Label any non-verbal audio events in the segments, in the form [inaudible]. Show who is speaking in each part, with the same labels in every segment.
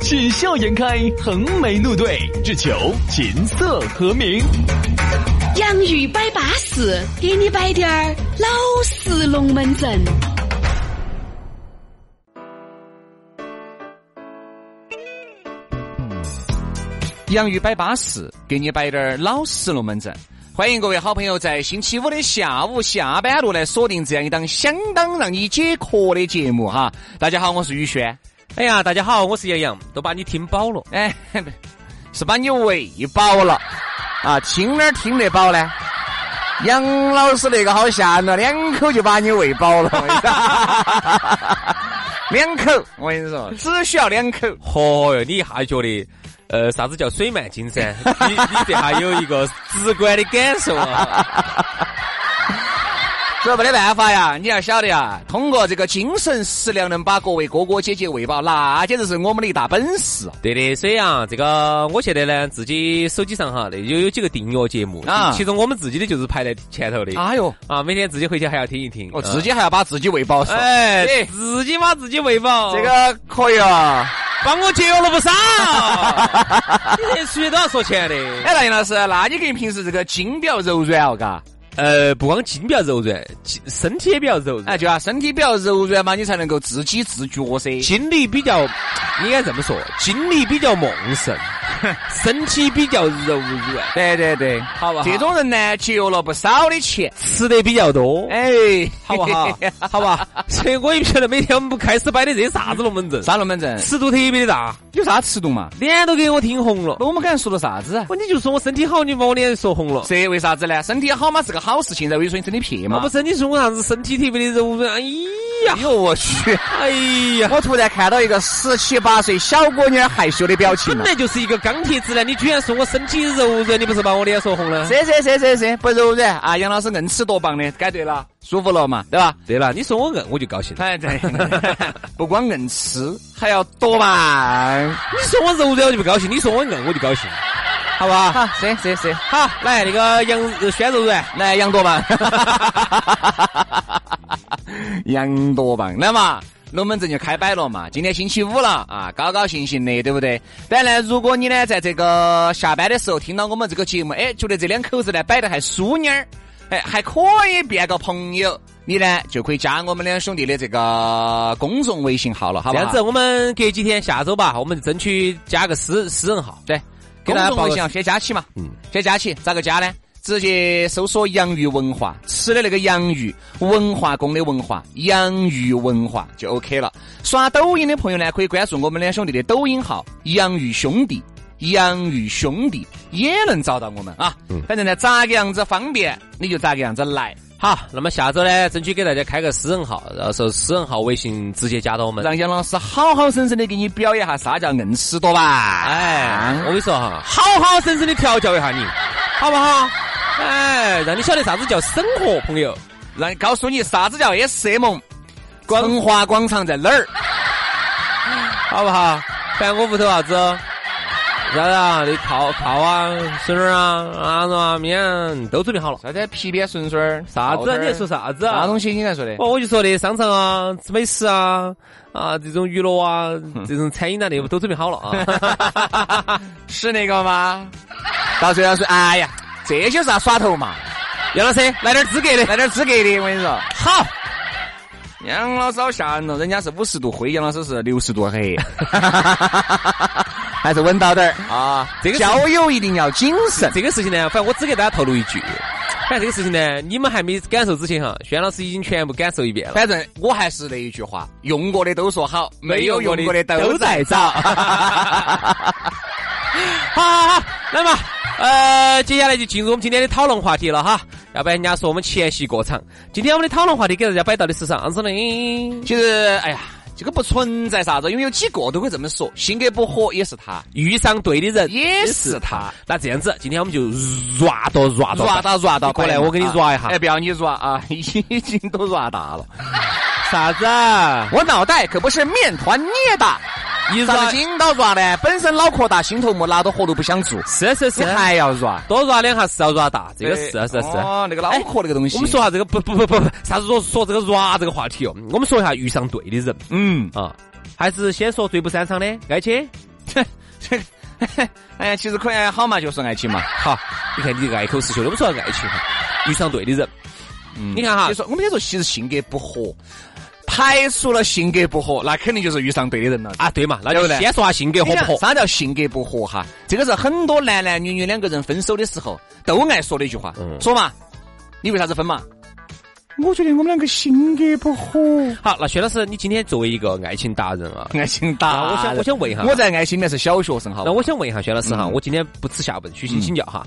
Speaker 1: 喜笑颜开，横眉怒对，只求琴瑟和鸣。
Speaker 2: 洋芋摆巴士，给你摆点儿老式龙门阵。
Speaker 3: 洋芋摆巴适，给你摆点儿老实龙门阵。欢迎各位好朋友在星期五的下午下班路来锁定这样一档相当让你解渴的节目哈。大家好，我是宇轩。
Speaker 4: 哎呀，大家好，我是杨洋，都把你听饱了。
Speaker 3: 哎， [laughs] 不是把你喂饱了啊？听哪儿听得饱呢？杨老师那个好吓人了，两口就把你
Speaker 4: [laughs]
Speaker 3: 喂饱了。我跟你说两口，我跟你说，只需要两口。
Speaker 5: 哦
Speaker 4: 嚯哟，你一下就觉得，呃，啥子叫水漫金山？你你这下有一个直观的感受啊！
Speaker 3: 这没得办法呀，你要晓得呀，通过这个精神食粮能把各位哥哥姐姐喂饱，那简直是我们的一大本事。
Speaker 4: [laughs] 对的，所以啊，这个我现在呢，自己手机上哈，那有有几个订阅节目
Speaker 3: 啊
Speaker 4: 其中我们自己的就是排在前头的
Speaker 3: 哎呦，
Speaker 4: 啊，每天自己回去还要听一听，
Speaker 3: 我
Speaker 5: 哦
Speaker 4: 啊
Speaker 3: 哦自己还要把自己喂饱是吧？
Speaker 4: 哎
Speaker 3: 这，
Speaker 4: 自己把自己喂饱，
Speaker 3: 哎这个可以啊。
Speaker 4: 帮我节约了不 [laughs] 少，你这出去都要说钱的。
Speaker 3: 哎，那杨老师，那你跟平时这个筋比较柔软哦，嘎，
Speaker 4: 呃，不光筋比较柔软，筋身体也比较柔软。
Speaker 3: 哎，就啊，身体比较柔软嘛，你才能够自己自觉噻。
Speaker 4: 精力比较，应该这么说，精力比较旺 [laughs] 盛，身体比较柔软，
Speaker 3: 对对对，
Speaker 4: 好不好？
Speaker 3: 这种人呢，节约了不少的钱。
Speaker 4: 吃的比较多，
Speaker 3: 哎，
Speaker 4: 好不好？好吧。所以我也不晓得每天我们开始摆的这些啥子龙门阵，
Speaker 3: 啥龙门阵？
Speaker 4: 尺度特别的大，
Speaker 3: 有啥尺度嘛？
Speaker 4: 脸都给我听红了。
Speaker 3: 那我们刚才说了啥子？啊
Speaker 4: 不，你就说我身体好，你把我脸说红了。
Speaker 3: 这为啥子呢？身体好嘛是个好事情，然后又说你身体撇
Speaker 4: 我
Speaker 3: 嘛
Speaker 4: 不。身体说我啥子身体特别的柔软，哎呀，
Speaker 3: 呦我去！
Speaker 4: 哎呀，
Speaker 3: [laughs] 我突然看到一个十七八岁小姑娘害羞的表情啊
Speaker 4: 本
Speaker 3: [laughs] 了。
Speaker 4: 来就是一个钢铁直男，你居然说我身体柔软，你不是把我脸说红了？
Speaker 3: 这这这这这不柔软啊！杨老师硬吃多棒的，该对了，舒服了嘛，对吧？
Speaker 4: 对了，你说我硬，我就高兴了。
Speaker 3: 哎，对， [laughs] 不光硬吃，还要多棒，
Speaker 4: 你说我柔软我就不高兴，你说我硬我就高兴，好不好？
Speaker 3: 好，是是是，
Speaker 4: 好，来那个杨呃轩柔软，
Speaker 3: 来杨哎多 [laughs] 棒，杨多棒，来嘛。龙门阵就开摆了嘛，今天星期五了啊，高高兴兴的，对不对？当然呢，如果你呢在这个下班的时候听到我们这个节目，哎，觉得这两口子呢摆得还淑妮儿，哎，还可以变个朋友，你呢就可以加我们两兄弟的这个公众微信号了，好
Speaker 4: 这
Speaker 3: 不好？
Speaker 4: 样子我们隔几天下周吧，我们争取加个私私人号，
Speaker 3: 对，
Speaker 4: 给
Speaker 3: 公
Speaker 4: 大家
Speaker 3: 众
Speaker 4: 报
Speaker 3: 微
Speaker 4: 个
Speaker 3: 信号先加起嘛，
Speaker 4: 嗯
Speaker 3: 嗯，先加起，咋个加呢？直接搜索“洋芋文化”，吃的那个洋芋，文化宫的文化，洋芋文化就 OK 了。刷抖音的朋友呢，可以关注我们两兄弟的抖音号“洋芋兄弟”。洋芋兄弟也能找到我们啊，反正呢，咋个样子方便你就咋个样子来，
Speaker 4: 好，那么下周呢，争取给大家开个私人号，然后说私人号微信直接加到我们。
Speaker 3: 让杨老师好好生生的给你表演一下啥叫硬吃多吧。啊
Speaker 4: 哎，我跟你说哈，好好生生的调教一下你，好不好？哎，让你晓得啥子叫生活，朋友。
Speaker 3: 让告诉你啥子叫 S M，光华广场在哪儿？
Speaker 4: 好不好？反正我屋头啥子，啥子啊，那靠靠啊，孙儿啊，啥子啊，面啊都准备好了。
Speaker 3: 啥子皮鞭笋笋儿？
Speaker 4: 啥子啊？你在
Speaker 3: 在
Speaker 4: 说啥子
Speaker 3: 啥
Speaker 4: 啊？
Speaker 3: 东西？你在说的？
Speaker 4: 哦，我就说的商场啊、吃美食啊、啊这种娱乐啊、这种餐饮啊，那都准备好了
Speaker 3: [laughs]
Speaker 4: 啊。
Speaker 3: 是那个吗？ [laughs] 到最后说，哎呀，这就是要耍头嘛，
Speaker 4: 杨老师，
Speaker 3: 来点资格的，来点资格的，我跟你说。
Speaker 4: 好，
Speaker 3: 杨老师好吓人哦，人家是五十度灰，杨老师是六十度黑， [laughs] 还是稳到点儿啊！
Speaker 4: 这个是
Speaker 3: 交友一定要谨慎。
Speaker 4: 这个事情呢，反正我只给大家透露一句，反正这个事情呢，你们还没感受之前哈，轩老师已经全部感受一遍了。
Speaker 3: 反正我还是那一句话，用过的都说好，没有用过的
Speaker 4: 都
Speaker 3: 都在找。
Speaker 4: 好 [laughs] 好好，那么呃，接下来就进入我们今天的讨论话题了哈，要不然人家说我们前戏过长。今天我们的讨论话题给大家摆到的是啥子呢？
Speaker 3: [laughs] 其实，哎呀，这个不存在啥子，因为有几个都会这么说，性格不合也是他，
Speaker 4: 遇上对的人
Speaker 3: 也是他。
Speaker 4: 那这样子，今天我们就 rua 到 rua 到
Speaker 3: rua 到 rua 到，
Speaker 4: 过来我给你 rua 一下
Speaker 3: 哎，不要你 rua 啊， [laughs] 已经都 rua 大了。
Speaker 4: 啥子？
Speaker 3: 我脑袋可不是面团捏的，
Speaker 4: 一
Speaker 3: 啥
Speaker 4: rua
Speaker 3: 子筋到 rua 呢？本身脑壳大，心头木，哪都活路不想做，
Speaker 4: 是是
Speaker 3: 你
Speaker 4: 是，
Speaker 3: 还要 rua。
Speaker 4: 多 rua 两下是要 rua 大，这个是啊是是。哎
Speaker 3: 哦，那个脑壳那个东西。
Speaker 4: 我们说，下这个不不不不不，啥子说说这个 rua 这个话题哦，我们说一下遇上对的人
Speaker 3: 嗯， [laughs]
Speaker 4: 啊，还是先说最不擅长的，爱去。
Speaker 3: 这个，哎呀，其实可爱好嘛，就是爱情嘛。
Speaker 4: 好，你看你这个爱口是秀的，我们说爱情哈，遇上对的人，
Speaker 3: 嗯
Speaker 4: 你看哈
Speaker 3: 就，说我们先说，其实性格不合，排除了性格不合，那肯定就是遇上对的人了。
Speaker 4: 啊对嘛，那
Speaker 3: 对
Speaker 4: 就
Speaker 3: 不对
Speaker 4: 先说下性格合
Speaker 3: 你
Speaker 4: 哎不
Speaker 3: 想
Speaker 4: 合。
Speaker 3: 啥叫性格不合哈？这个是很多男男女女两个人分手的时候都爱说的一句话。
Speaker 4: 嗯
Speaker 3: 说嘛，你为啥子分嘛？我觉得我们两个性格不合。
Speaker 4: 好，那薛老师，你今天作为一个爱情达人啊，
Speaker 3: 爱情大，
Speaker 4: 啊我想我想问一下
Speaker 3: 我在爱情里面是小学生哈。
Speaker 4: 那我想问一下薛老师哈，
Speaker 3: 嗯
Speaker 4: 我今天不耻下问，虚心
Speaker 3: 嗯
Speaker 4: 请教哈。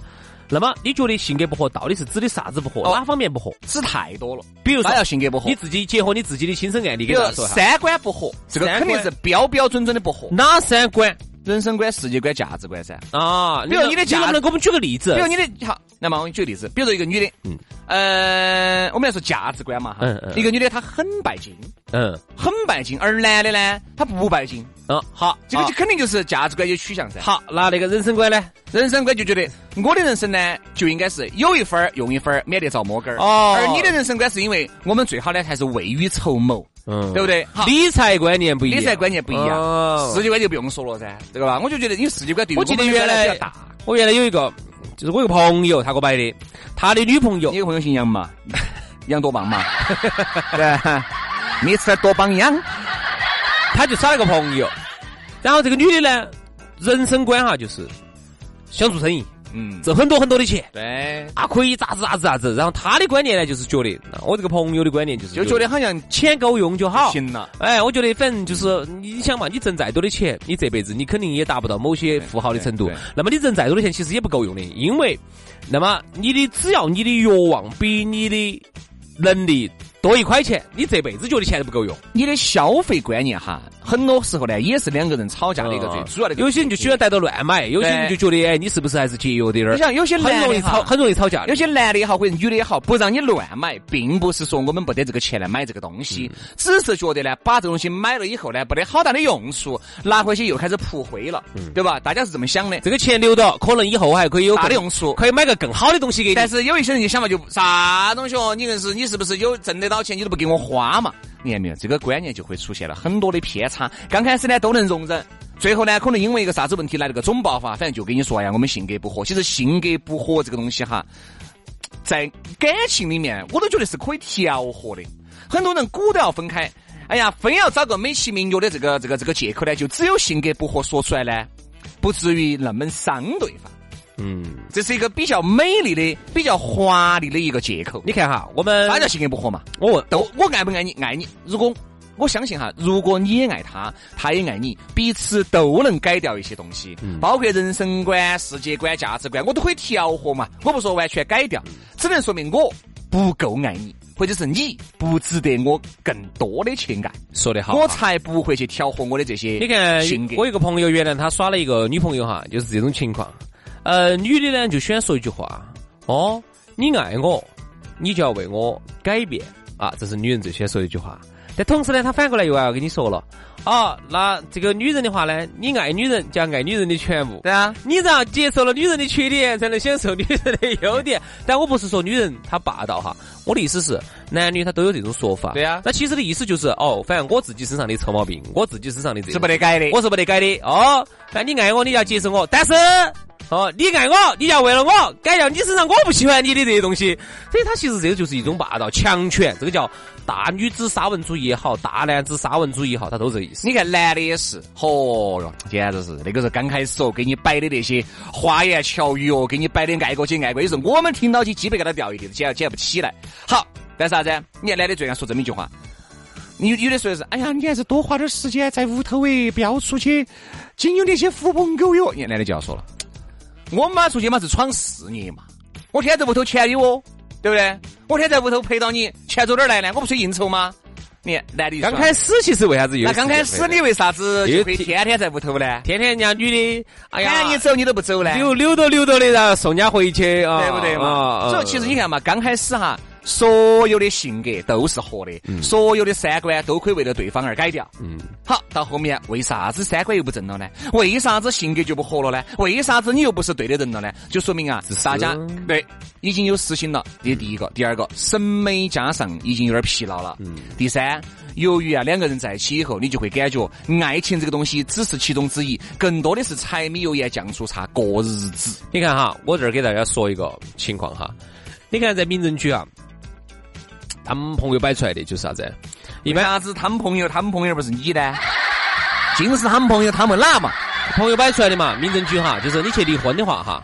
Speaker 4: 那么你觉得性格不合到底是指的啥子不合？
Speaker 3: 哦
Speaker 4: 哪方面不合？
Speaker 3: 吃太多了，
Speaker 4: 比如说
Speaker 3: 啥叫性格不合
Speaker 4: 你？自己结合你自己的亲身案例
Speaker 3: 比
Speaker 4: 给
Speaker 3: 如
Speaker 4: 大家说一下。
Speaker 3: 三观不合，这个
Speaker 4: 三
Speaker 3: 肯定
Speaker 4: 观
Speaker 3: 是标标准准的不合，
Speaker 4: 哪三观
Speaker 3: 人生观、世界观、价值观噻。
Speaker 4: 啊？
Speaker 3: 比如
Speaker 4: 能
Speaker 3: 你的
Speaker 4: 能
Speaker 3: 价
Speaker 4: 不能给我们举个例子？
Speaker 3: 比如你的好，那么我给你举个例子，比如说一个女的，
Speaker 4: 嗯
Speaker 3: 嗯，呃，我们来说价值观嘛哈，
Speaker 4: 嗯嗯
Speaker 3: 一个女的她很拜金，
Speaker 4: 嗯
Speaker 3: 很拜金，而男的呢，他不拜金，
Speaker 4: 嗯，好，
Speaker 3: 这个
Speaker 4: 啊
Speaker 3: 就肯定就是价值观有取向噻。
Speaker 4: 好，那那个人生观呢？
Speaker 3: 人生观就觉得我的人生呢，就应该是有一分儿用一分儿，免得遭摸根儿。
Speaker 4: 哦
Speaker 3: 而你的人生观是因为我们最好呢还是未雨绸缪，
Speaker 4: 嗯
Speaker 3: 对不对？好。
Speaker 4: 理财观念不一样，
Speaker 3: 理财观念不一样，
Speaker 4: 哦
Speaker 3: 世界观就不用说了噻，对吧？我就觉得因为世界观对
Speaker 4: 我记得原
Speaker 3: 来
Speaker 4: 来
Speaker 3: 比较大。
Speaker 4: 我原来有一个，就是我有个朋友，他给我买的，他的女朋友
Speaker 3: 你，有朋友姓杨
Speaker 4: [laughs]
Speaker 3: 嘛？杨多棒嘛？对， [laughs] 你吃多棒羊？
Speaker 4: 他就耍了个朋友，然后这个女的呢，人生观哈就是想做生意，
Speaker 3: 嗯，
Speaker 4: 挣很多很多的钱。
Speaker 3: 对，
Speaker 4: 啊，可以咋子咋子咋子，然后他的观念呢，就是觉得，那我这个朋友的观念就是
Speaker 3: 就觉得好像
Speaker 4: 钱够用就好。
Speaker 3: 行了。
Speaker 4: 哎，我觉得反正就是你想嘛，你挣再多的钱，你这辈子你肯定也达不到某些富豪的程度
Speaker 3: 对对。
Speaker 4: 那么你挣再多的钱，其实也不够用的，因为那么你的只要你的欲望比你的能力多一块钱，你这辈子觉得钱都不够用。
Speaker 3: 你的消费观念哈，很多时候呢也是两个人吵架的一个最主要的一
Speaker 4: 嗯哦
Speaker 3: 个。
Speaker 4: 有些人就喜欢。逮到乱买，有些人就觉得哎，你是不是还是节约点
Speaker 3: 你
Speaker 4: 儿？
Speaker 3: 像有些
Speaker 4: 很
Speaker 3: 男
Speaker 4: 容
Speaker 3: 的
Speaker 4: 易吵，
Speaker 3: 哈，
Speaker 4: 很容易吵架的。
Speaker 3: 有些男的也好，或者女的也好，不让你乱买，并不是说我们没得这个钱来买这个东西，
Speaker 4: 嗯
Speaker 3: 只是觉得呢，把这东西买了以后呢，没得好大的用处，拿回去又开始扑灰了，对吧？大家是这么想的，
Speaker 4: 嗯这个钱留到，可能以后还可以有
Speaker 3: 大的
Speaker 4: 更
Speaker 3: 用处
Speaker 4: 可以买个更好的东西给你。
Speaker 3: 但是有一些人就想嘛，就啥东西哦，你硬是你是不是有挣得到钱，你都不给我花嘛？你看没有，这个观念就会出现了很多的偏差。刚开始呢都能容忍，最后呢可能因为一个啥子问题来了个总爆发，反正就跟你说呀，我们性格不合。其实性格不合这个东西哈，在感情里面我都觉得是可以调和的。很多人鼓都要分开，哎呀，非要找个美其名曰的这个这个这个借口呢，就只有性格不合说出来呢，不至于那么伤对方。
Speaker 4: 嗯。
Speaker 3: 这是一个比较美丽的、比较华丽的一个借口。
Speaker 4: 你看呃哈，我们
Speaker 3: 大家性格不合嘛，
Speaker 4: 我问
Speaker 3: 都我爱不爱你？爱你。如果我相信哈，如果你也爱他，他也爱你，彼此都能改掉一些东西，
Speaker 4: 嗯
Speaker 3: 包括人生观、世界观、价值观，我都可以调和嘛。我不说完全改掉，只能说明我不够爱你，或者是你不值得我更多的去爱，
Speaker 4: 说得好啊，
Speaker 3: 我才不会去调和我的这些
Speaker 4: 你看
Speaker 3: 性格，
Speaker 4: 我有个朋友原来他耍了一个女朋友哈，就是这种情况。呃，女的呢就喜欢说一句话：“哦，你爱我，你就要为我改变啊！”这是女人最喜欢说的一句话。但同时呢，她反过来又要跟你说了：“啊，那这个女人的话呢，你爱女人就要爱女人的全部。”
Speaker 3: 对啊，
Speaker 4: 你只要接受了女人的缺点，才能享受女人的优点。但我不是说女人她霸道哈，我的意思是男女他都有这种说法。
Speaker 3: 对啊
Speaker 4: 那其实的意思就是哦，反正我自己身上的臭毛病，我自己身上的这
Speaker 3: 是不得改的。
Speaker 4: 我是不得改的哦。那你爱我，你就要接受我，但是哦，你爱我，你就要为了我改掉你身上我不喜欢你的这些东西。所以他其实这个就是一种霸道强权，这个叫大女子沙文主义也好，大男子沙文主义也好，他都这个意思。
Speaker 3: 你看男的也是，嚯哟，哦简直是那个是刚开始哦，给你摆的那些花言巧语哦，给你摆的爱过去爱过去，有时候我们听到起鸡皮疙瘩掉一地，捡捡不起来。好，但是啥子啊？你看男的最爱说这么一句话，你有的说的是，哎呀，你还是多花点时间在屋头哎，不要出去，仅有那些狐朋狗友。你看男的就要说了，我妈出去嘛是闯事业嘛，我天天在屋头钱有哦，对不对？我天天在屋头陪到你，钱走哪儿来呢？我不是应酬吗？你看男的一
Speaker 4: 刚
Speaker 3: 双
Speaker 4: 开始其实为啥子又
Speaker 3: 那刚开始你为啥子就可以天天在屋头呢？
Speaker 4: 天天人家女的，哎呀，
Speaker 3: 喊你走你都不走呢？
Speaker 4: 溜溜达溜达的，然后送人家回去啊，
Speaker 3: 对不对嘛？
Speaker 4: 啊
Speaker 3: 所以其实你看嘛，刚开始哈，所有的性格都是合的，所有的三观都可以为了对方而改掉。嗯，好，到后面为啥子三观又不正了呢？为啥子性格就不合了呢？为啥子你又不是对的人了呢？就说明啊，大家对已经有私心了。这是第一个，第二个审美加上已经有点疲劳了。嗯，第三。由于啊，两个人在一起以后，你就会感觉爱情这个东西只是其中之一，更多的是柴米油盐酱醋茶过日子。
Speaker 4: 你看哈，我这儿给大家说一个情况哈，你看在民政局啊，他们朋友摆出来的就是啥子？一
Speaker 3: 为
Speaker 4: 般
Speaker 3: 啥子他们朋友，他们朋友不是你 [laughs] 呢？尽是他们朋友，他们哪嘛？
Speaker 4: 朋友摆出来的嘛，民政局哈，就是你去离婚的话哈，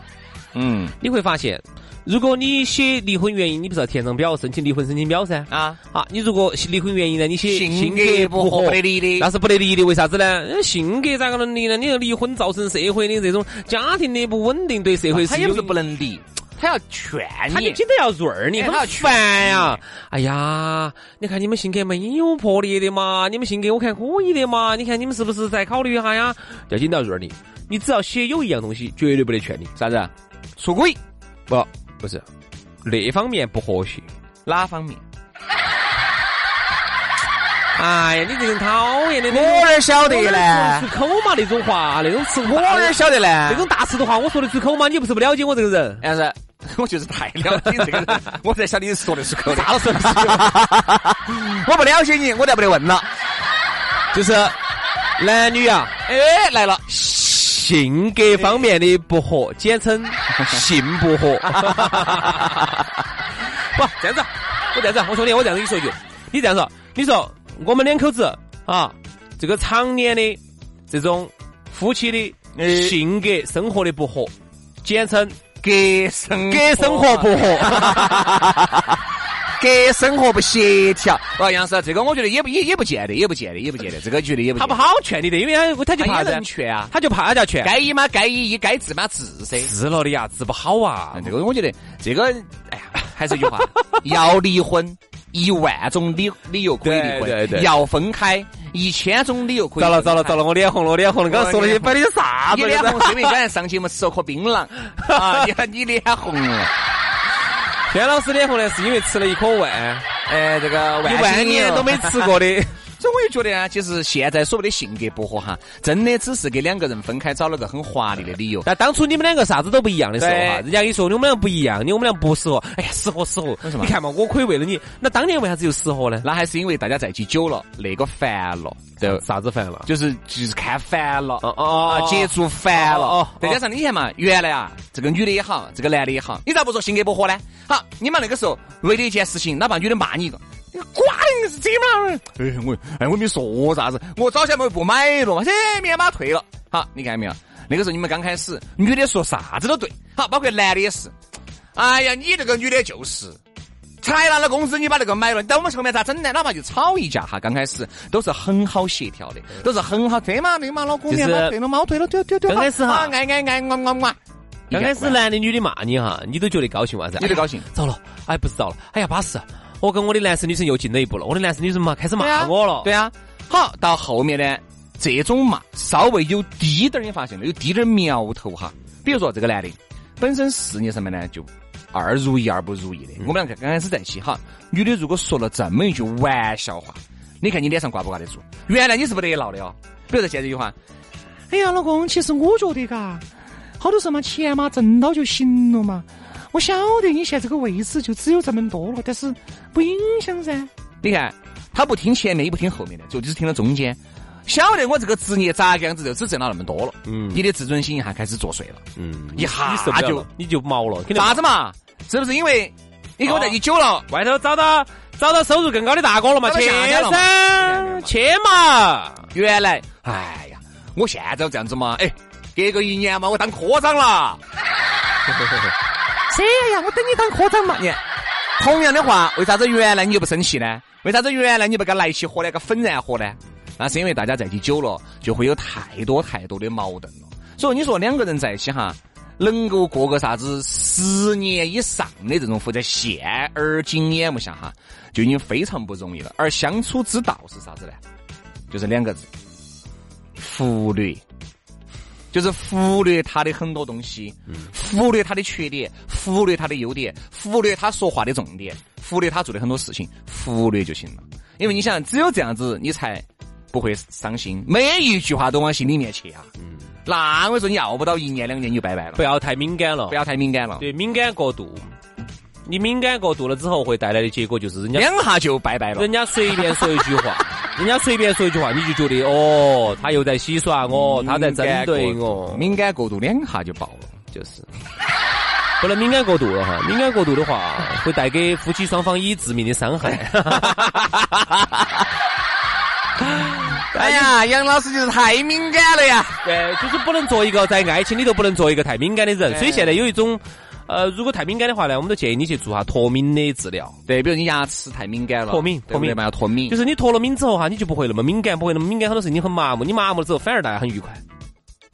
Speaker 3: 嗯
Speaker 4: 你会发现，如果你写离婚原因，你不是要填张表申请离婚申请表噻？
Speaker 3: 啊，
Speaker 4: 啊，你如果离婚原因呢，你写
Speaker 3: 性格不合不得离的
Speaker 4: 那是不得离的。为啥子呢？呃性格咋个能离呢？你要离婚造成社会的这种家庭的不稳定，对社会
Speaker 3: 啊他
Speaker 4: 是
Speaker 3: 也
Speaker 4: 有
Speaker 3: 不是不能离，他要劝
Speaker 4: 他就
Speaker 3: 你。
Speaker 4: 觉得要润儿你，
Speaker 3: 哎
Speaker 4: 很
Speaker 3: 他要
Speaker 4: 烦呀！哎呀，你看你们性格没有魄力的嘛，你们性格我看可以的嘛，你看你们是不是再考虑一下呀？要紧到润儿你，你只要写有一样东西，绝对不得劝你。啊
Speaker 3: 啥子？出轨？
Speaker 4: 不，不是，那方面不和谐。
Speaker 3: 哪方面？
Speaker 4: 哎呀，你这个人讨厌的，
Speaker 3: 我哪晓得
Speaker 4: 说
Speaker 3: 呢？
Speaker 4: 出口嘛那种话，那种词我
Speaker 3: 我哪晓得
Speaker 4: 那
Speaker 3: 呢？
Speaker 4: 种大词的话，我说得出口吗？你又不是不了解我这个人。
Speaker 3: 但是，哎 [laughs] 我就是太了解这个人，我才晓得你说的是口的。
Speaker 4: 啥都说不
Speaker 3: [laughs]
Speaker 4: 出口
Speaker 3: 我不了解你，我才不得问了。
Speaker 4: 就是男女啊，
Speaker 3: 哎，来了，
Speaker 4: 性格方面的不合，简称性不 [laughs] 合。不，这样子，啊我这样子，我兄弟，我这样子跟你说一句，你这样说，你说我们两口子啊，这个常年的这种夫妻的
Speaker 3: 哎
Speaker 4: 性格、生活的不合，简称
Speaker 3: 给生
Speaker 4: 给生活不合。 [laughs]
Speaker 3: 给生活不协调。哦，杨师，这个我觉得也不也也不见得，也不见得，也不见
Speaker 4: [laughs]
Speaker 3: 得，这个觉得也不
Speaker 4: 他
Speaker 3: 见
Speaker 4: 不哎
Speaker 3: 得。
Speaker 4: 好劝你的，因为他他就
Speaker 3: 他
Speaker 4: 怕
Speaker 3: 也
Speaker 4: 人
Speaker 3: 能劝啊。
Speaker 4: 他就怕人家劝，
Speaker 3: 该医嘛该医医，该治嘛治噻。
Speaker 4: 治了的呀，治不好啊
Speaker 3: 啊，这个我觉得这个，哎呀，还是一
Speaker 4: [laughs]
Speaker 3: 句话，要离婚，一万种理理由可以离婚；
Speaker 4: 对对对
Speaker 3: 要分开，一千种理由可以。
Speaker 4: 糟了糟了糟
Speaker 3: 了！
Speaker 4: 了，我脸红了，我脸红了，刚刚说了些摆的啥
Speaker 3: 你
Speaker 4: 子？
Speaker 3: 脸红，是因为刚才上节目吃了颗
Speaker 4: [laughs]
Speaker 3: 槟榔啊，你你脸红了。
Speaker 4: 轩老师脸红呢，是因为吃了一颗万，
Speaker 3: 哎，这个
Speaker 4: 一
Speaker 3: 万
Speaker 4: 万
Speaker 3: 幸
Speaker 4: 年
Speaker 3: 啊
Speaker 4: 都没吃过的。
Speaker 3: 所以我就觉得啊，其实现在所谓的性格不合哈，真的只是给两个人分开找了个很华丽的理
Speaker 4: [laughs]
Speaker 3: 由。
Speaker 4: 那当初你们两个啥子都不一样的时候哈，
Speaker 3: 对
Speaker 4: 人家跟你说你们两个不一样，你我们俩不适合。哎呀，适合适合。
Speaker 3: 为什么
Speaker 4: 你看嘛，我可以为了你，那当年为啥子又适合呢？
Speaker 3: 那还是因为大家在一起久了，那个烦了，对，
Speaker 4: 啥子烦了？
Speaker 3: 就是就是看烦了。
Speaker 4: 哦哦
Speaker 3: 啊，接触烦了。
Speaker 4: 哦哦
Speaker 3: 哦
Speaker 4: 哦，
Speaker 3: 再加上你看嘛，原来啊，这个女的也好，这个男的也好，你咋不说性格不合呢？好，你们那个时候为了一件事情，哪怕女的骂你一个，你瓜你是这嘛？哎，我哎我没说啥子，我早前不不买了嘛，这面把它退了。好，你看见没有？那个时候你们刚开始，女的说啥子都对，好，包括男的也是。哎呀，你这个女的就是。才拿了工资，你把那个买了，你等我们后面咋整呢？哪怕就吵一架哈，刚开始都是很好协调的，都是很好。这嘛那嘛，老公
Speaker 4: 就
Speaker 3: 娘
Speaker 4: 是
Speaker 3: 嘛，对了嘛，我对了，对对对。
Speaker 4: 刚开始哈
Speaker 3: 啊爱爱爱，我我我。
Speaker 4: 刚开始，男的女的骂你哈，你都觉得高兴哇噻？
Speaker 3: 你都高兴
Speaker 4: 哎呀糟了，哎，不知道了，哎呀，巴适。我跟我的男神女神又近了一步了，我的男神女神嘛开始
Speaker 3: 对
Speaker 4: 骂
Speaker 3: 啊
Speaker 4: 我了。
Speaker 3: 对啊。好，到后面呢，这种嘛，稍微有滴点儿，你发现了有滴点儿苗头哈。比如说这个男的，本身事业上面呢就二如意二不如意的。我们两个刚开始在一起哈，女的如果说了这么一句玩笑话，你看你脸上挂不挂得住？原来你是不得闹的哦。比如说现在这句话，哎呀，老公，其实我觉得嘎，好多时候嘛，钱嘛挣到就行了嘛。我晓得你现在这个位置就只有这么多了，但是不影响噻。你看，他不听前面，也不听后面的，就只听了中间。晓得我这个职业咋个样子，就只挣到那么多了。
Speaker 4: 嗯
Speaker 3: 嗯，你的自尊心一下开始作祟了。
Speaker 4: 嗯，
Speaker 3: 一下
Speaker 4: 你受不了
Speaker 3: 就
Speaker 4: 了你就毛了，肯定
Speaker 3: 咋子嘛？是不是因为你跟我在一起久了？
Speaker 4: 外头找到找到收入更高的大哥了嘛？
Speaker 3: 找到
Speaker 4: 去
Speaker 3: 下家了嘛
Speaker 4: 噻，去嘛！
Speaker 3: 原来，哎呀，我现在这样子嘛，哎，隔个一年嘛，我当科长 [laughs] 了。谁呀？我等你当科长嘛。你看同样的话，为啥子原来你就不生气呢？为啥子原来你不跟来起火呢？跟粉然火呢？那是因为大家在一起久了，就会有太多太多的矛盾了。所以你说两个人在一起哈，能够过个啥子十年以上的这种夫妻，在现而今眼目下哈，就已经非常不容易了。而相处之道是啥子呢？就是两个字：忽略。就是忽略他的很多东西，忽略他的缺点，忽略他的优点，忽略他说话的重点，忽略他做的很多事情，忽略就行了。因为你想，只有这样子，你才不会伤心，每一句话都往心里面去啊。那我说你要不到一年两年你就拜拜了
Speaker 4: 不，要太敏感了，
Speaker 3: 不要太敏感了，
Speaker 4: 对敏感过度。你敏感过度了之后，会带来的结果就是人家
Speaker 3: 两下就拜拜
Speaker 4: [laughs]
Speaker 3: 了。
Speaker 4: 人家随便说一句
Speaker 3: [laughs]
Speaker 4: 话，人家随便说一句话，你就觉得哦，他又在洗刷我，他在针对我，
Speaker 3: 敏感过度两下就爆了。
Speaker 4: 就是。不能敏感过度了哈，敏感过度的话，会带给夫妻双方以致命的伤害。
Speaker 3: 哎呀，杨老师就是太敏感了呀。
Speaker 4: [laughs] 对，就是不能做一个在爱情里头不能做一个太敏感的人，所以现在有一种，呃，如果太敏感的话呢，我们都建议你去做下脱敏的治疗。
Speaker 3: 对，比如你牙齿太敏感了，
Speaker 4: 脱敏
Speaker 3: 对不
Speaker 4: 脱
Speaker 3: 对
Speaker 4: 敏
Speaker 3: 嘛，要脱敏
Speaker 4: 就。是你脱了敏之后哈，你就不会那么敏感，不会那么敏感，很多事情你很麻木，你麻木了之后反而大家很愉快，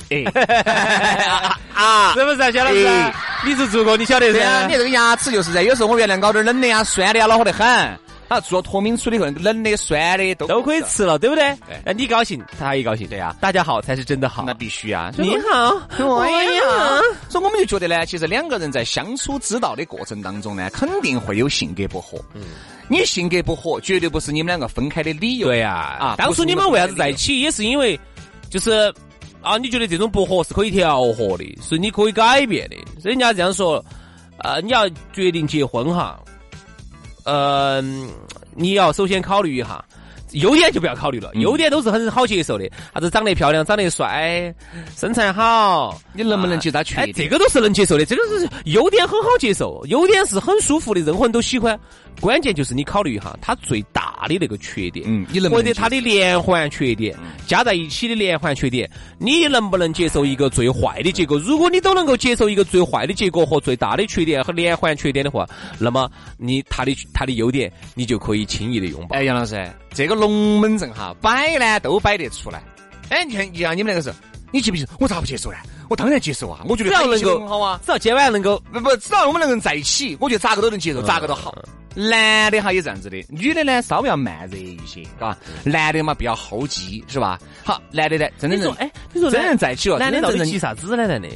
Speaker 3: [laughs] 啊，
Speaker 4: 哎 [laughs] 是不是啊，薛老师
Speaker 3: 哎？
Speaker 4: 你是做过，你晓得
Speaker 3: 对啊，
Speaker 4: 噻
Speaker 3: 你。这个牙齿就是噻，有时候我原来咬点儿冷的呀、酸的呀，恼火得很。啊，做了脱敏处理以后，冷的、酸的都
Speaker 4: 都可以。吃了，对不对
Speaker 3: 对？
Speaker 4: 那你高兴，他也高兴，对呀、大家好才是真的好
Speaker 3: 那。必须啊！
Speaker 4: 你好，我
Speaker 3: 哎
Speaker 4: 也好
Speaker 3: 呀。，所以我们就觉得呢，其实两个人在相处之道的过程当中呢，肯定会有性格不合。嗯，你性格不合，绝对不是你们两个分开的理由。
Speaker 4: 对呀、
Speaker 3: 啊
Speaker 4: 当初你们为啥子在一起，也是因为就是啊，你觉得这种不合是可以调和的，是你可以改变的。所以人家这样说，呃，你要决定结婚哈，呃，你要首先考虑一下。优点就不要考虑了，
Speaker 3: 嗯
Speaker 4: 优点都是很好接受的，啥子长得漂亮、长得帅、身材好，
Speaker 3: 你能不能接受他缺
Speaker 4: 哎
Speaker 3: 点，
Speaker 4: 这个都是能接受的，这个是优点很好接受，优点是很舒服的，任何人都喜欢。关键就是你考虑一下他最大的那个缺点，
Speaker 3: 嗯你能不能嗯
Speaker 4: 或者他的连环缺点加在一起的连环缺点，你能不能接受一个最坏的结果？如果你都能够接受一个最坏的结果和最大的缺点和连环缺点的话，那么你他的他的优点你就可以轻易的拥抱。
Speaker 3: 哎，杨老师，这个龙门阵哈，摆呢都摆得出来。哎，你看，就像你们两个是，你接不接受？我咋不接受呢？我当然接受啊！我觉得
Speaker 4: 只要
Speaker 3: 在一
Speaker 4: 能
Speaker 3: 起
Speaker 4: 够
Speaker 3: 很好啊。
Speaker 4: 只要今晚能够
Speaker 3: 不不，只要我们两个人在一起，我觉得咋个都能接受，咋个都好。
Speaker 4: 嗯
Speaker 3: 男的哈也这样子的，女的呢稍微要慢热一些，嘎。男的嘛比较好急，是吧？好，男的呢真
Speaker 4: 嗯
Speaker 3: 的
Speaker 4: 你
Speaker 3: 人
Speaker 4: 说，哎，你说
Speaker 3: 真人
Speaker 4: 男
Speaker 3: 在一起了，
Speaker 4: 男的
Speaker 3: 真
Speaker 4: 到
Speaker 3: 正
Speaker 4: 底
Speaker 3: 人
Speaker 4: 急啥子呢？男的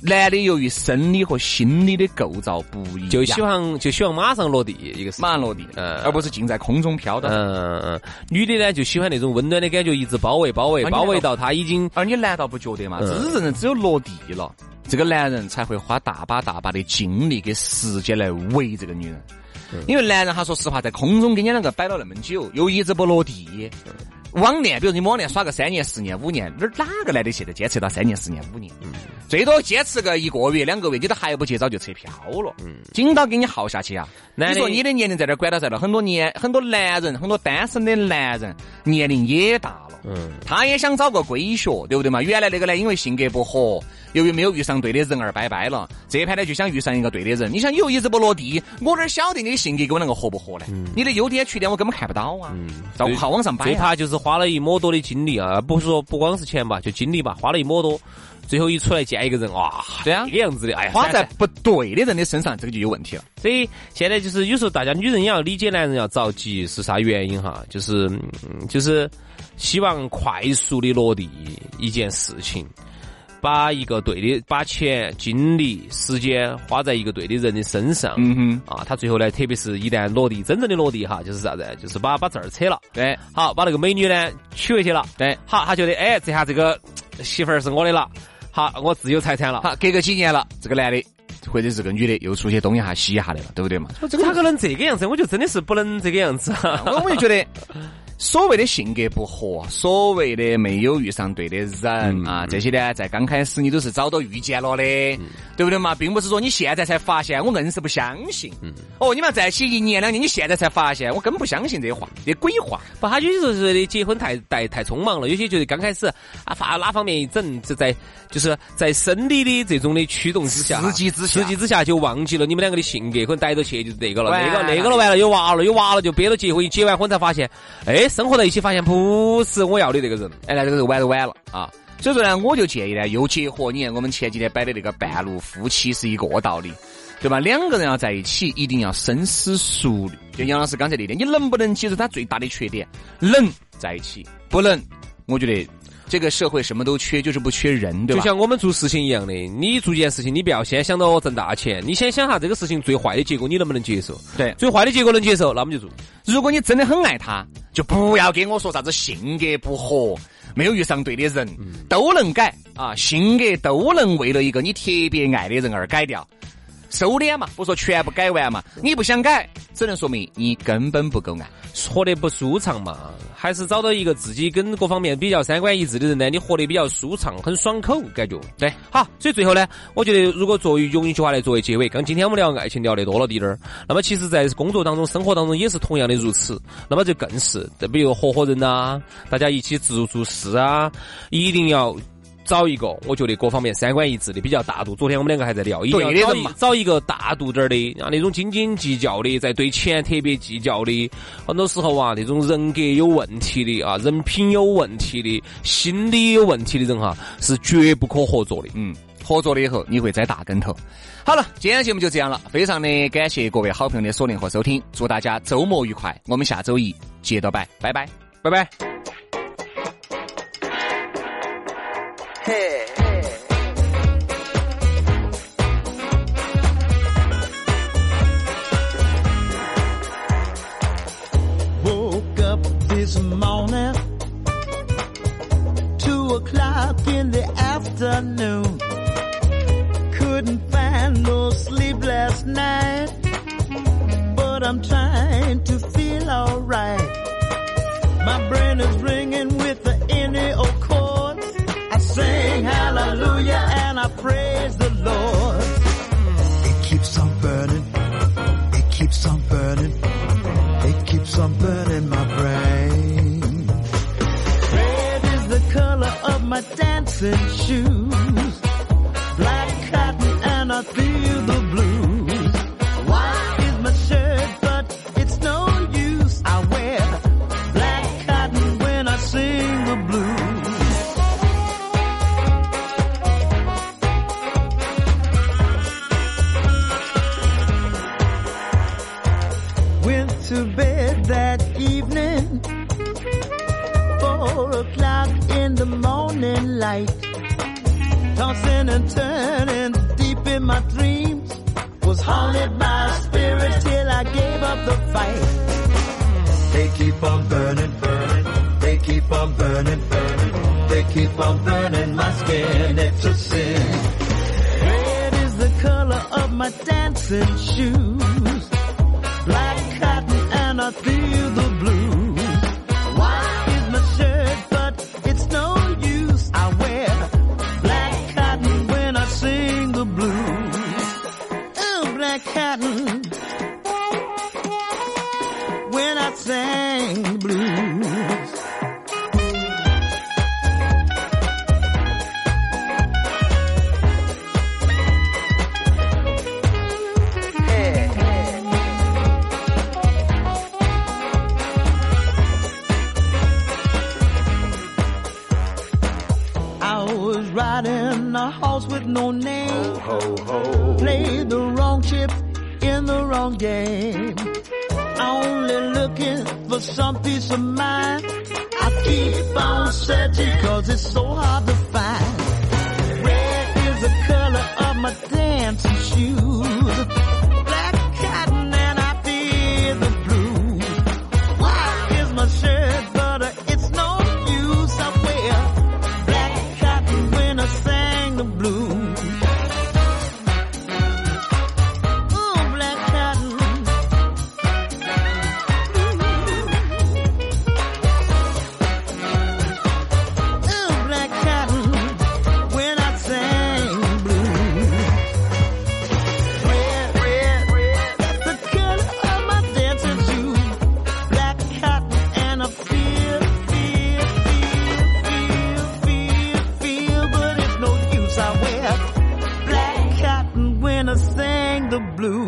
Speaker 3: 男的由于生理和心理的构造不一样，
Speaker 4: 就希望就希望马上落地一个是。
Speaker 3: 马上落地，
Speaker 4: 嗯
Speaker 3: 而不是尽在空中飘荡。
Speaker 4: 嗯，嗯，女的呢就喜欢那种温暖的感觉，一直包围包围
Speaker 3: 啊你看
Speaker 4: 包围
Speaker 3: 到
Speaker 4: 到她已经
Speaker 3: 而你难道不觉得嘛？
Speaker 4: 嗯
Speaker 3: 真正的只有落地了，这个男人才会花大把大把的精力跟时间来围这个女人。
Speaker 4: 嗯
Speaker 3: 因为男人哈，说实话，在空中跟你两个摆了那么久，又一直不落地。
Speaker 4: 嗯
Speaker 3: 网恋，比如你网恋耍个三年、十年、五年，哪儿哪个男的现在坚持到三年、十年、五年？
Speaker 4: 嗯
Speaker 3: 最多坚持个一个月、两个月，你都还不接，早就撤票了。紧到给你耗下去啊！
Speaker 4: 嗯男
Speaker 3: 你
Speaker 4: 的
Speaker 3: 说你的年龄在这儿管到在了，很多年很多男人，很多单身的男人年龄也大了，嗯，他也想找个归宿，对不对嘛？原来那个呢，因为性格不合，由于没有遇上对的人而拜拜了，这一盘呢就想遇上一个对的人。你想又一直不落地，我哪儿晓得你的性格跟我那个合不合呢？你的优点缺点我根本看不到啊，照顾好往上摆
Speaker 4: 最
Speaker 3: 啊。
Speaker 4: 怕就是花了一抹多的精力啊，不是说不光是钱吧，就精力吧，花了一抹多，最后一出来见一个人，哇，
Speaker 3: 对啊
Speaker 4: 这个样子的，哎呀，
Speaker 3: 花在
Speaker 4: 算了。
Speaker 3: 不对的人的身上，这个就有问题了。
Speaker 4: 所以现在就是有时候大家女人也要理解男人要着急是啥原因哈，就是嗯就是希望快速的落地一件事情。把一个对的，把钱、精力、时间花在一个对的人的身上，
Speaker 3: 嗯哼，
Speaker 4: 啊，他最后呢，特别是一旦落地，真正的落地哈，就是啥子？就是把把证儿扯了，
Speaker 3: 对
Speaker 4: 好，把那个美女呢娶回去了，
Speaker 3: 对。
Speaker 4: 好，他觉得哎，这下这个嘖媳妇儿是我的了，好，我自有财产了。
Speaker 3: 好，隔个几年了，这个男的或者是个女的又出去东一下西一下的了，对不对嘛？
Speaker 4: 这咋可能这个样子？我就真的是不能这个样子。啊
Speaker 3: [laughs] 我我就觉得，所谓的性格不合，所谓的没有遇上对的人、啊，这些呢，在刚开始你都是早都遇见了的，对不对嘛？并不是说你现在才发现，我硬是不相信。哦，你们要在一起一年两年，你现在才发现，我根本不相信这些话，这鬼话。
Speaker 4: 不，他有些时候觉得结婚太太太匆忙了，有些觉得刚开始啊，发哪方面一整，就在就是在生理的这种的驱动之下，
Speaker 3: 刺激之下
Speaker 4: 刺激之下就忘记了你们两个的性格，可能逮到去就是那个了，
Speaker 3: 完
Speaker 4: 那
Speaker 3: 了
Speaker 4: 个那个了，完了有娃了，有娃了就憋到结婚，结完婚才发现，哎，生活在一起发现不是我要的那个人。
Speaker 3: 哎，那这个就玩都晚了啊。所以说呢，我就建议呢，又结合你看我们前几天摆的那个半路夫妻是一个道理，对吧？两个人要在一起，一定要深思熟虑。就杨老师刚才那点，你能不能接受他最大的缺点？能在一起，不能，我觉得这个社会什么都缺，就是不缺人，对
Speaker 4: 就
Speaker 3: 吧？
Speaker 4: 像我们做事情一样的，你做一件事情，你不要先想到挣大钱，你先想下这个事情最坏的结果你能不能接受？
Speaker 3: 对
Speaker 4: 最坏的结果能接受，那我们就做。
Speaker 3: 如果你真的很爱他，就不要跟我说啥子性格不合，没有遇上对的人，都能改啊，性格都能为了一个你特别爱的人而改掉。收敛嘛，不说全部改完嘛，你不想改，只能说明你根本不够爱。
Speaker 4: 活得不舒畅嘛，还是找到一个自己跟各方面比较三观一致的人呢，你活得比较舒畅，很爽口感觉。
Speaker 3: 对，
Speaker 4: 好，所以最后呢，我觉得如果作为用一句话来作为结尾，刚今天我们聊爱情聊得多了滴点儿，那么其实在工作当中、生活当中也是同样的如此，那么就更是，比如合伙人呐、啊大家一起做做事啊，一定要。找一个，我觉得各方面三观一致的，比较大度。昨天我们两个还在聊，一定要
Speaker 3: 对的
Speaker 4: 找
Speaker 3: 人
Speaker 4: 一
Speaker 3: 嘛
Speaker 4: 找一个大度点儿的，啊，那种斤斤计较的，在对钱特别计较的，很多时候啊，那种人格有问题的啊，人品有问题的，心理有问题的人哈、是绝不可合作的。
Speaker 3: 嗯，合作了以后你会栽大跟头。好了，今天的节目就这样了，非常的感谢各位好朋友的锁定和收听，祝大家周末愉快，我们下周一接着摆，拜拜。
Speaker 4: 拜拜。
Speaker 6: woke up this morning, two o'clock in the afternoon. Couldn't find no sleep last night, but I'm trying to feel alright. My brain is ringing with the NEO chords. I sing hallelujah and I praise the Lord. It keeps on burning. It keeps on burning. It keeps on burning my brain. Red is the color of my dancing shoes. Black cotton and I feel the blues. White is my shirt, but it's no use. I wear black cotton when I sing the blues. went to bed that evening. Four o'clock in the morning light. Tossing and turning deep in my dreams. Was haunted by a spirit till I gave up the fight. They keep on burning, burning. They keep on burning, burning. They keep on burning my skin. It's a sin. Red is the color of my dancing shoes black cotton and I feel the blues. White is my shirt, but it's no use. I wear black cotton when I sing the blues. Ooh, black cotton. When I sing the blues. I was riding a horse with no name. Played the wrong chip in the wrong game. Only looking for some peace of mind. I keep on searching cause it's so hard to find. Red is the color of my dancing shoes. Black cotton and I feel the blues. White is my shirt, but uh, it's no use. I wear black cotton when I sang the blues. Ooh, black cotton. Ooh. Ooh, black cotton when I sang the blues. Red, red, red, that's the color of my dancing shoes. Black cotton and I feel, feel, feel, feel, feel, feel, but it's no use. I wear black cotton when I sing the blues.